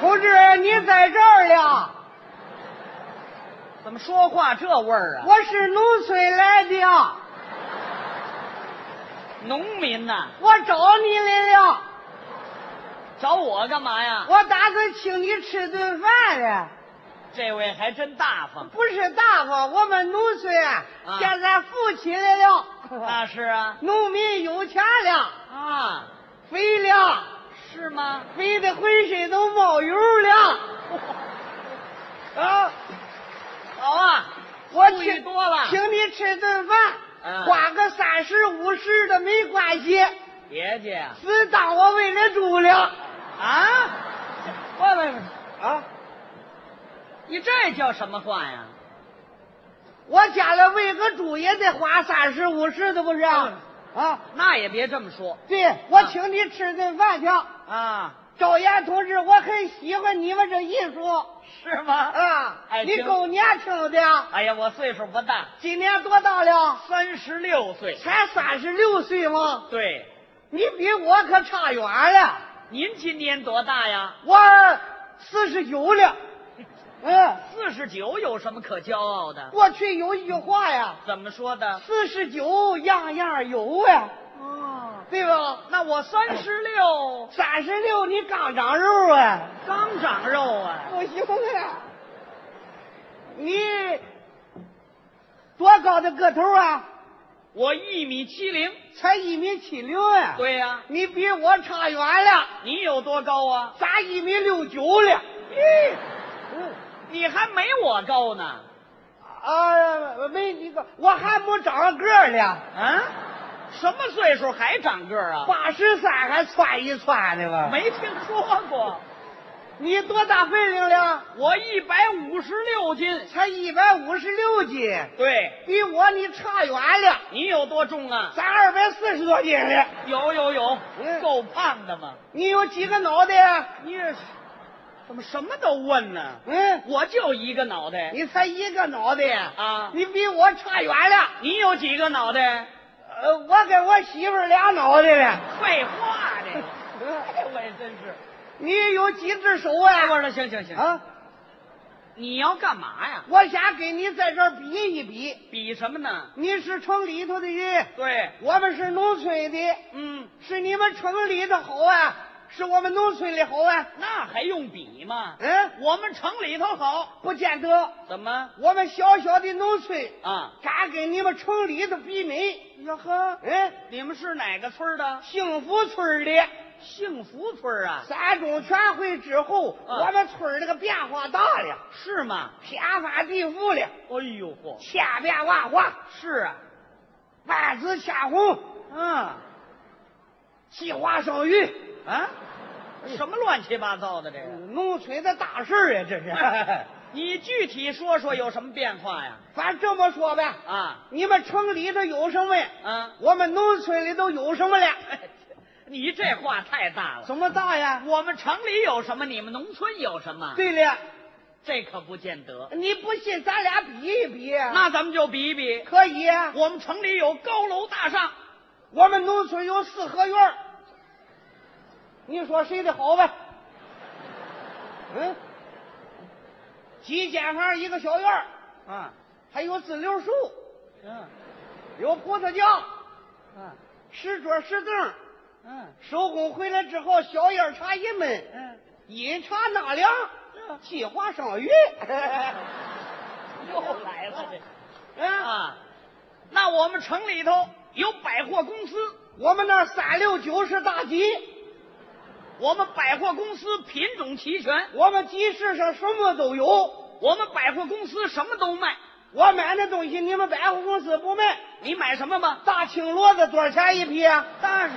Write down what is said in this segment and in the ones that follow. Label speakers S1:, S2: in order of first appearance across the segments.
S1: 不是你在这儿了，
S2: 怎么说话这味儿啊？
S1: 我是农村来的，
S2: 农民呐、
S1: 我找你来了，
S2: 找我干嘛呀？
S1: 我打算请你吃顿饭来。
S2: 这位还真大 方。
S1: 不是大方，我们农村啊
S2: 啊
S1: 现在富起来了，
S2: 那是啊
S1: 农民有钱了，
S2: 啊，
S1: 肥了，
S2: 是吗？
S1: 肥的浑身都冒油了。啊，
S2: 好啊，
S1: 我
S2: 富裕
S1: 请
S2: 多了，
S1: 请你吃顿饭，
S2: 嗯
S1: 花个三十五十的没关系，
S2: 别介啊
S1: 只当我喂了猪了。
S2: 啊！喂喂喂，
S1: 啊，
S2: 你这叫什么话呀？
S1: 我家里喂个猪也得花三十五十的，不是？啊，
S2: 那也别这么说
S1: 对，我请你吃顿饭去。
S2: 啊，
S1: 赵岩同志，我很喜欢你们这艺术
S2: 是吗？
S1: 啊
S2: 哎，
S1: 你
S2: 行
S1: 够年轻的，
S2: 哎呀，我岁数不大，
S1: 今年多大了？
S2: 三十六岁。
S1: 才三十六岁吗？
S2: 对，
S1: 你比我可差远了，
S2: 您今年多大呀？
S1: 我四十九了。嗯，
S2: 四十九，有什么可骄傲的？
S1: 过去有一句话呀，
S2: 怎么说的？
S1: 四十九样样有呀，
S2: 哦，
S1: 对吧？
S2: 那我三十六，
S1: 三十六你刚长肉啊。
S2: 刚长肉啊！
S1: 不行啊！你多高的个头啊？
S2: 我一米七零。
S1: 才一米七零啊！，
S2: 对呀、
S1: 你比我差远了，
S2: 你有多高啊？
S1: 咱一米六九了。
S2: 你还没我高呢。
S1: 啊，没你个，我还没长个儿呢，
S2: 啊？什么岁数还长个儿啊？
S1: 八十三还窜一窜的吧？，
S2: 没听说过。
S1: 你多大分量了？
S2: 我一百五十六斤。
S1: 才一百五十六斤，
S2: 对，
S1: 比我你差远了，
S2: 你有多重啊？
S1: 咱二百四十多斤了。
S2: 有有有
S1: 嗯，
S2: 够胖的嘛。
S1: 你有几个脑袋啊？
S2: 你也是怎么什么都问呢？
S1: 嗯，
S2: 我就一个脑袋。
S1: 你才一个脑袋呀、
S2: 啊
S1: 你比我差远了。
S2: 你有几个脑袋？
S1: 呃，我跟我媳妇儿俩脑袋了。
S2: 废话这 个，哎我也真是。
S1: 你有几只手
S2: 哎，
S1: 啊？
S2: 我说行行行，
S1: 啊，
S2: 你要干嘛呀？
S1: 我想跟你在这儿比一比。
S2: 比什么呢？
S1: 你是城里头的人，
S2: 对，
S1: 我们是农村的，
S2: 嗯，
S1: 是你们城里的好啊，是我们农村的好啊。
S2: 那还用比吗？
S1: 嗯，
S2: 我们城里头好，
S1: 不见得，
S2: 怎么
S1: 我们小小的农村
S2: 啊？
S1: 敢跟你们城里头比美？
S2: 哟呵，
S1: 嗯，
S2: 你们是哪个村儿的？
S1: 幸福村儿的。
S2: 幸福村儿啊？
S1: 三中全会之后，
S2: 嗯
S1: 我们村儿这个变化大了，
S2: 是吗？
S1: 天翻地覆了，
S2: 哎呦嚯！
S1: 千变万化，
S2: 是啊，
S1: 万紫千红，
S2: 啊
S1: 计划生育，
S2: 啊，什么乱七八糟的这 个？
S1: 农村的大事儿啊，这
S2: 哎
S1: 是。
S2: 你具体说说有什么变化呀？
S1: 咱这么说呗，
S2: 啊
S1: 你们城里头有什么呀？
S2: 啊，
S1: 我们农村里头有什么了？
S2: 你这话太大 了。
S1: 什么大呀？
S2: 我们城里有什么，你们农村有什么？，
S1: 对了，
S2: 这可不见得。
S1: 你不信，咱俩比一比。
S2: 那咱们就比一比，
S1: 可以啊，
S2: 我们城里有高楼大厦，
S1: 我们农村有四合院儿你说谁的好呗？嗯，几间房一个小院儿
S2: 啊，
S1: 还有紫柳树，
S2: 嗯
S1: 有葡萄架，
S2: 嗯
S1: 石桌石凳，
S2: 嗯
S1: 收工回来之后，小烟茶一闷，
S2: 嗯，
S1: 饮茶纳凉
S2: 嗯，
S1: 计划生育。
S2: 又来了这
S1: 啊，
S2: 啊。那我们城里头有百货公司，
S1: 我们那儿三六九是大集，
S2: 我们百货公司品种齐全，
S1: 我们集市上什么都有。
S2: 我们百货公司什么都卖。
S1: 我买的东西你们百货公司不卖。
S2: 你买什么吧？
S1: 大青骡子多少钱一匹啊？
S2: 但是，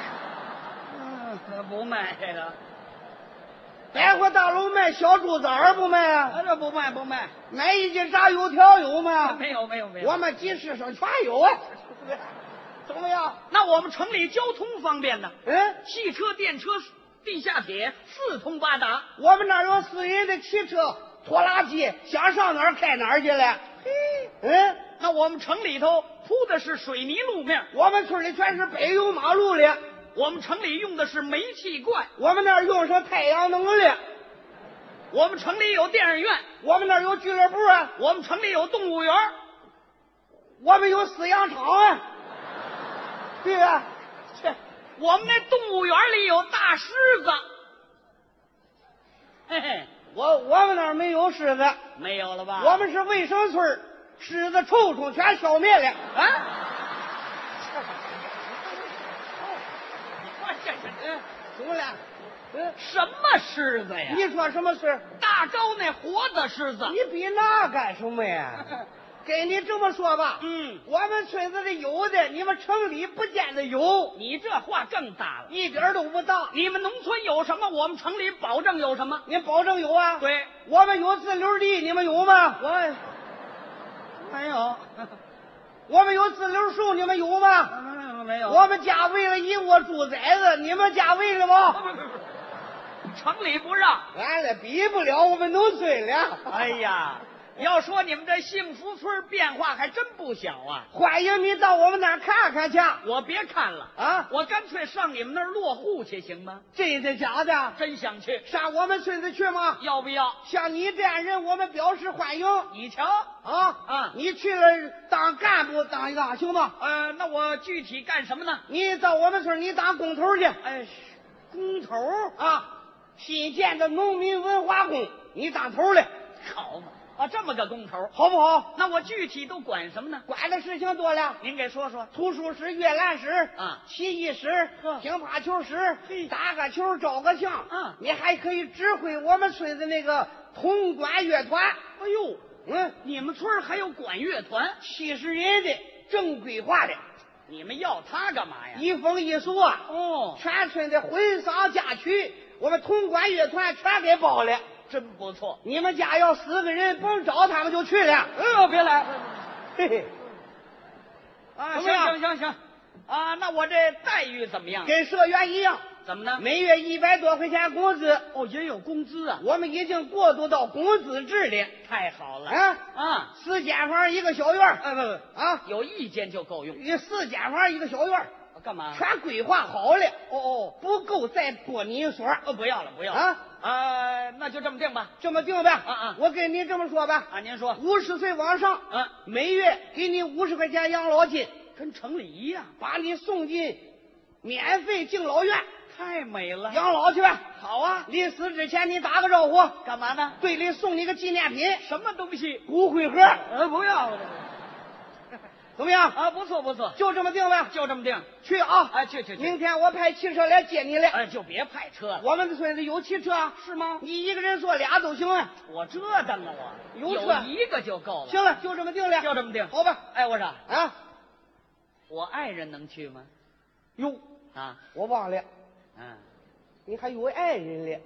S2: 嗯，不卖这个，
S1: 百货大楼卖小猪崽儿不卖啊？
S2: 啊这不卖不卖，
S1: 买一斤炸油条有吗？
S2: 啊没有没有没有。
S1: 我们集市上全有啊。怎么样？
S2: 那我们城里交通方便的，
S1: 嗯，
S2: 汽车、电车、地下铁四通八达。
S1: 我们那儿有私人的汽车、拖拉机，想上哪儿开哪儿去了。嗯，
S2: 那我们城里头铺的是水泥路面，
S1: 我们村里全是柏油马路了，
S2: 我们城里用的是煤气罐，
S1: 我们那儿用上太阳能了。
S2: 我们城里有电影院，
S1: 我们那儿有俱乐部啊，
S2: 我们城里有动物园儿，
S1: 我们有饲养场啊，对啊不对？切，
S2: 我们那动物园里有大狮子。嘿嘿，
S1: 我我们那儿没有狮子，
S2: 没有了吧？
S1: 我们是卫生村儿，狮子、臭虫全消灭了。
S2: 啊！我这这
S1: 怎么了？嗯，
S2: 什么狮子呀？
S1: 你说什么事儿？
S2: 大招那活的狮子。
S1: 你比那干什么 呀？跟你这么说吧，
S2: 嗯，
S1: 我们村子里有的，你们城里不见得有，
S2: 你这话更大了。
S1: 一点儿都不大。
S2: 你们农村有什么，我们城里保证有什么。
S1: 你保证有啊？，
S2: 对，
S1: 我们有自留地，你们有吗？
S2: 我没有，
S1: 我们有自留树，你们有吗？
S2: 没啊没有我
S1: 我们家为了一窝猪崽子，你们家为了吗？
S2: 城里不让。
S1: 俺俩比不了，我们农村了。
S2: 哎呀，要说你们这幸福村变化还真不小啊！
S1: 欢迎你到我们那儿看看去
S2: 我别看了，
S1: 啊！
S2: 我干脆上你们那儿落户去，行吗？
S1: 真的假的？
S2: 真想去，
S1: 上我们村子去吗？
S2: 要不要？
S1: 像你这样人，我们表示欢迎
S2: 你瞧，
S1: 啊！
S2: 啊
S1: 你去了当干部当一当行吗？
S2: 呃，那我具体干什么呢？
S1: 你到我们村儿你当工头去
S2: 哎，
S1: 工头啊，新建的农民文化宫，你当头来，
S2: 好嘛，啊，这么个工头，
S1: 好不好？
S2: 那我具体都管什么呢？
S1: 管的事情多了。
S2: 您给说说。
S1: 图书室、阅览室
S2: 啊
S1: 棋艺室
S2: 呵、
S1: 乒乓球室，打个球、照个相。
S2: 啊
S1: 你还可以指挥我们村子那个铜管乐团。
S2: 哎呦，
S1: 嗯，
S2: 你们村儿还有管乐团，
S1: 七十人的正规化的，
S2: 你们要他干嘛哎呀？
S1: 一风一俗啊，
S2: 哦，
S1: 全村的婚丧嫁娶，我们铜管乐团全给包了。
S2: 真不错。
S1: 你们家要死个人，甭找他们就去了。
S2: 哎呦，别来！
S1: 嘿嘿，啊，
S2: 行
S1: 行啊
S2: 行，行行，啊，那我这待遇怎么样？
S1: 跟社员一样，
S2: 怎么呢？
S1: 每月一百多块钱工资，
S2: 哦，也有工资啊！
S1: 我们已经过渡到工资制了。
S2: 太好了
S1: 啊，
S2: 啊！
S1: 四间房一个小院儿
S2: 哎不不，
S1: 啊，
S2: 有意见就够用。
S1: 一四间房一个小院儿
S2: 干嘛？
S1: 全规划好了，
S2: 哦哦，
S1: 不够再多你一所儿。
S2: 哦，不要了，不要了
S1: 啊
S2: 啊！那就这么定吧。
S1: 这么定吧？
S2: 啊啊
S1: 我跟你这么说吧，
S2: 啊，您说，
S1: 五十岁往上，
S2: 嗯，
S1: 每月给你五十块钱养老金，
S2: 跟城里一样，
S1: 把你送进免费敬老院
S2: 太美了。
S1: 养老去吧。
S2: 好啊，
S1: 临死之前你打个招呼，
S2: 干嘛呢？
S1: 队里送你个纪念品
S2: 什么东西？
S1: 骨灰盒，
S2: 呃，不要了。
S1: 怎么样？
S2: 啊，不错不错，
S1: 就这么定吧，
S2: 就这么定。
S1: 去啊！
S2: 哎，去去去。
S1: 明天我派汽车来接你来。
S2: 哎，就别派车了。
S1: 我们的村子有汽车，
S2: 是吗？
S1: 你一个人坐俩都行啊。
S2: 我折腾了我，
S1: 有
S2: 有
S1: 车
S2: 一个就够了。
S1: 行了，就这么定了，
S2: 就这么定
S1: 好吧？
S2: 哎，我说，
S1: 啊，
S2: 我爱人能去吗？
S1: 哟，
S2: 啊，
S1: 我忘了，
S2: 嗯，
S1: 你还有爱人了。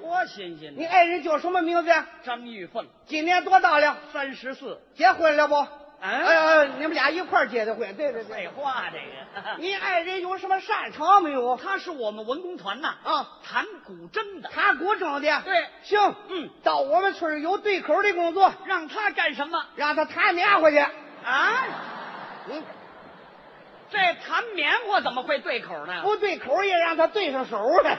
S2: 多新鲜
S1: 你
S2: 呢！
S1: 爱人叫什么名字？
S2: 张玉凤，
S1: 今年多大了？
S2: 三十四。
S1: 结婚了不？
S2: 嗯
S1: 哎呀，你们俩一块儿结的婚，对对
S2: 废
S1: 对。
S2: 话，这 个
S1: 你爱人有什么擅长没有？
S2: 他是我们文工团呐，
S1: 啊，
S2: 哦弹古筝的。
S1: 弹古筝的。
S2: 对，
S1: 行，
S2: 嗯，
S1: 到我们村儿有对口的工作，
S2: 让他干什么
S1: 让他弹棉花去。
S2: 啊？
S1: 嗯，
S2: 这弹棉花怎么会对口呢？
S1: 不对口也让他对上手啊了。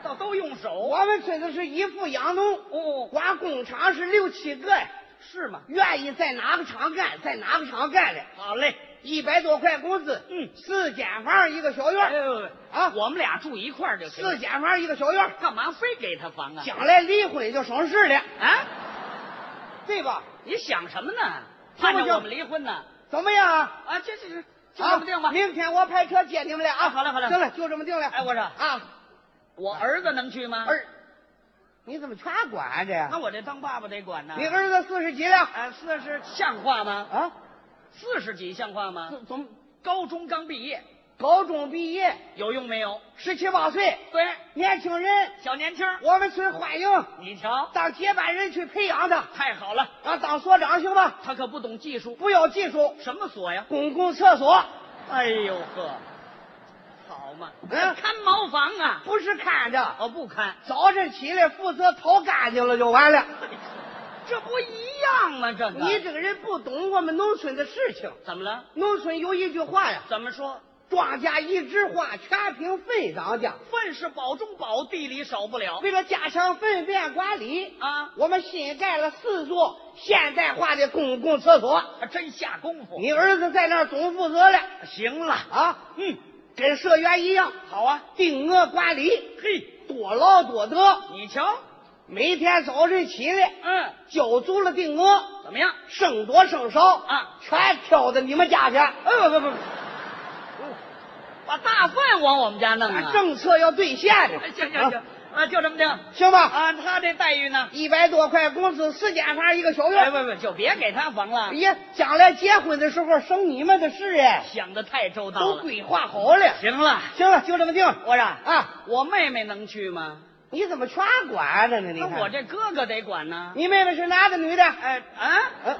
S2: 倒都用手。
S1: 我们村子是一副养农，
S2: 哦，
S1: 管工厂是六七个，
S2: 是吗？
S1: 愿意在哪个厂干，在哪个厂干的，
S2: 好嘞。
S1: 一百多块工资，
S2: 嗯
S1: 四间房一个小院
S2: 哎
S1: 儿，
S2: 呦，
S1: 啊
S2: 我们俩住一块儿就行了。
S1: 四间房一个小院儿，
S2: 干嘛非给他房啊？
S1: 将来离婚就省事了，
S2: 啊？
S1: 对吧？
S2: 你想什么呢？盼着我们离婚呢？
S1: 怎么样啊？
S2: 啊，这这这，就这么定吧
S1: 啊。明天我派车接你们来啊！
S2: 啊好嘞好嘞
S1: 行了，就这么定了。
S2: 哎，我说，
S1: 啊，
S2: 我儿子能去吗？，
S1: 儿，你怎么全管
S2: 那
S1: 着？
S2: 我这当爸爸得管呢。
S1: 你儿子四十几了
S2: 啊，四十像话吗？
S1: 啊？
S2: 四十几像话吗？
S1: 怎怎么
S2: 高中刚毕业，
S1: 高中毕业，
S2: 有用没有？
S1: 十七八岁，
S2: 对，
S1: 年轻人，
S2: 小年轻儿，
S1: 我们村欢迎，
S2: 你瞧，
S1: 当接班人去培养他，
S2: 太好了，
S1: 啊，当所长行吗？
S2: 他可不懂技术，
S1: 不要技术，
S2: 什么锁呀？
S1: 公共厕所
S2: 哎呦呵，好嘛，
S1: 嗯
S2: 看茅房啊，
S1: 不是看着，
S2: 我不看，
S1: 早晨起来负责掏干净了就完了。
S2: 这不一样吗？这个
S1: 你这个人不懂我们农村的事情，
S2: 怎么了？
S1: 农村有一句话呀，
S2: 怎么说？
S1: 庄稼一枝花，全凭粪长家。
S2: 粪是宝中宝，地里少不了
S1: 为了加强粪便管理，
S2: 啊！
S1: 我们新盖了四座现代化的公共厕所。
S2: 还真下功夫。
S1: 你儿子在那儿总负责了
S2: 行了，
S1: 啊，
S2: 嗯，
S1: 跟社员一样，
S2: 好啊。
S1: 定额管理，
S2: 嘿，
S1: 多劳多得。
S2: 你瞧，
S1: 每天早晨起来，
S2: 嗯，
S1: 交足了定额，
S2: 怎么样？
S1: 剩多剩少
S2: 啊，
S1: 全挑到你们家去。啊
S2: 哎不不不，把大粪往我们家弄
S1: 啊
S2: 啊！
S1: 政策要兑现的
S2: 哎，行行行，啊，就这么定。
S1: 行吧？
S2: 啊，他这待遇呢？
S1: 一百多块工资，四间房一个小
S2: 哎，
S1: 院，
S2: 不不，就别给他缝了，
S1: 别将来结婚的时候省你们的事哎，
S2: 想的太周到
S1: 都
S2: 了。
S1: 规划好了。
S2: 行了，
S1: 行了，就这么定了
S2: 我说，
S1: 啊！
S2: 我妹妹能去吗？
S1: 你怎么全管着呢？你
S2: 那
S1: 看
S2: 我这哥哥得管呢。
S1: 你妹妹是男的女的？
S2: 哎啊，
S1: 呃，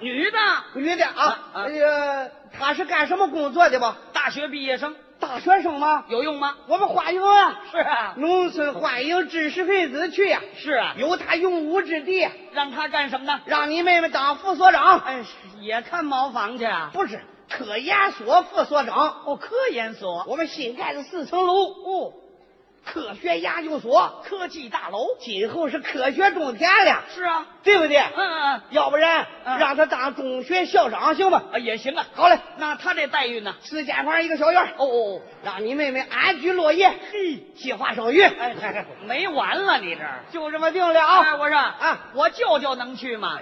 S2: 女的，
S1: 女的啊
S2: 啊。啊
S1: 那个她是干什么工作的吧？
S2: 大学毕业生
S1: 大学生吗？
S2: 有用吗？
S1: 我们欢迎啊，
S2: 是啊，
S1: 农村欢迎知识分子去呀，
S2: 是啊，
S1: 有他用武之地，
S2: 让他干什么呢？
S1: 让你妹妹当副所长。
S2: 哎，也看茅房去啊？
S1: 不是，科研所副所长。
S2: 哦，科研所、
S1: 我们新盖的四层楼哦，科学研究所，
S2: 科技大楼。
S1: 今后是科学种田了，
S2: 是啊，
S1: 对不对？
S2: 嗯嗯
S1: 要不然、
S2: 嗯
S1: 让他当中学校长行吗？
S2: 嗯，啊也行啊。
S1: 好嘞，
S2: 那他这待遇呢？
S1: 四间房一个小院儿，
S2: 哦哦，
S1: 让你妹妹安居乐业，
S2: 嘿，
S1: 计划生育。
S2: 嗯哎，没完了，你这儿
S1: 就这么定了
S2: 哎，
S1: 啊！
S2: 我说
S1: 啊，
S2: 我舅舅能去吗？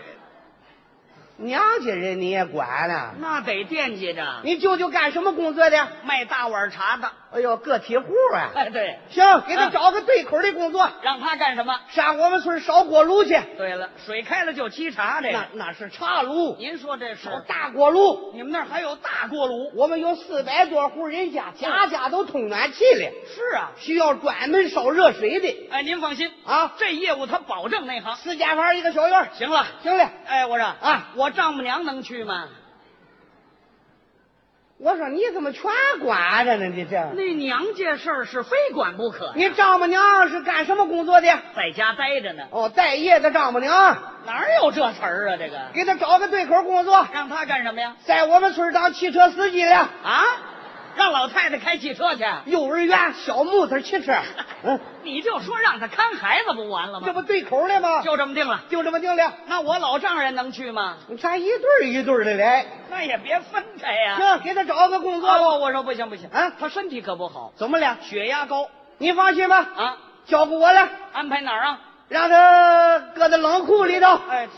S1: 娘家人你也管了？
S2: 那得惦记着
S1: 你舅舅干什么工作的？
S2: 卖大碗茶的。
S1: 哎呦，个体户啊！
S2: 哎，对，
S1: 行，给他
S2: 嗯
S1: 找个对口的工作，
S2: 让他干什么？
S1: 上我们村烧锅炉去。
S2: 对了，水开了就沏茶，这
S1: 那
S2: 个
S1: 那是茶炉，
S2: 您说这
S1: 烧
S2: 是？
S1: 大锅炉。
S2: 你们那儿还有大锅炉？
S1: 我们有四百多户人家，
S2: 嗯
S1: 家家都通暖气了，
S2: 是啊，
S1: 需要专门烧热水的
S2: 哎，您放心，
S1: 啊。
S2: 这业务他保证内行。
S1: 四间房一个小院儿，
S2: 行了，
S1: 行了。
S2: 哎，我说
S1: 啊，
S2: 我丈母娘能去吗？
S1: 我说你怎么全管着呢？你这，
S2: 那娘家事儿是非管不可，
S1: 你丈母娘是干什么工作的？
S2: 在家待着呢，
S1: 哦，待业的丈母娘，
S2: 哪儿有这词儿啊？这个
S1: 给他找个对口工作，
S2: 让他干什么呀？
S1: 在我们村当汽车司机了，
S2: 啊，让老太太开汽车去？
S1: 幼儿园小木头汽车， 嗯，
S2: 你就说让他看孩子不完了吗？
S1: 这不对口了吗？
S2: 就这么定了。
S1: 就这么定了，
S2: 那我老丈人能去吗？
S1: 你看一对儿一对儿的来，
S2: 那也别分开呀
S1: 行，给他找个工作
S2: 我
S1: 吧。
S2: 我说不行不行
S1: 啊
S2: 他身体可不好，
S1: 怎么了？
S2: 血压高
S1: 你放心吧，
S2: 啊。
S1: 交给我了。
S2: 安排哪儿啊？
S1: 让他搁在冷库里头，
S2: 哎，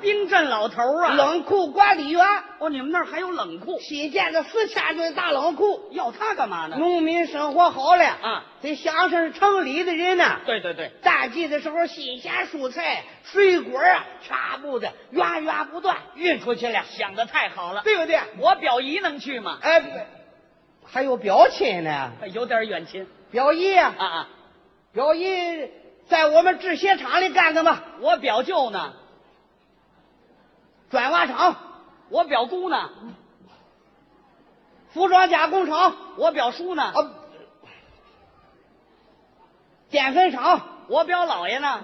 S2: 冰镇老头儿啊，
S1: 冷库管理员
S2: 哦，你们那儿还有冷库，
S1: 新建的四千吨大冷库，
S2: 要它干嘛呢？
S1: 农民生活好了
S2: 啊，
S1: 得想想城里的人呢。
S2: 对对对，
S1: 淡季的时候，新鲜蔬菜、水果啊，全部的源源不断运出去了，
S2: 想的太好了。
S1: 对不对？
S2: 我表姨能去吗？
S1: 哎，不对还有表亲呢，
S2: 哎有点远亲
S1: 表姨啊，
S2: 啊啊！
S1: 表姨在我们制鞋厂里干的嘛，
S2: 我表舅呢？
S1: 砖瓦厂、
S2: 我表姑呢？
S1: 服装加工厂
S2: 我表叔呢？
S1: 啊，淀粉厂。
S2: 我表姥爷呢？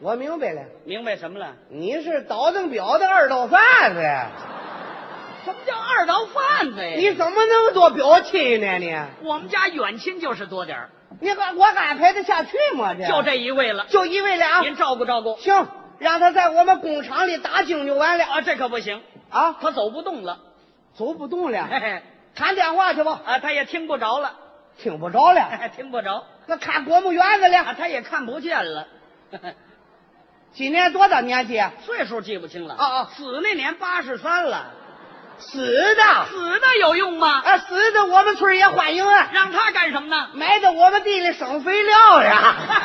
S1: 我明白了，
S2: 明白什么了？
S1: 你是倒腾表的二道贩子呀？
S2: 什么叫二道贩子呀？
S1: 你怎么那么多表亲呢？你
S2: 我们家远亲就是多点儿，
S1: 你我我安排得下去吗？这
S2: 就这一位了。
S1: 就一位了啊！
S2: 您照顾照顾
S1: 行，让他在我们工厂里打井就完了
S2: 啊，这可不行，
S1: 啊！
S2: 他走不动了。
S1: 走不动
S2: 嘿
S1: 了，
S2: 嘿
S1: 看电话去吧，
S2: 啊，他也听不着了，
S1: 听不着了。
S2: 听不着
S1: 我看国墓园子了。
S2: 啊，他也看不见了，
S1: 今年多大年纪啊？
S2: 岁数记不清了
S1: 啊啊，
S2: 死那年八十三了，
S1: 死的
S2: 死的有用吗？
S1: 啊，死的我们村也欢迎啊，
S2: 让他干什么呢？
S1: 埋在我们地里生肥料呀。
S2: 哎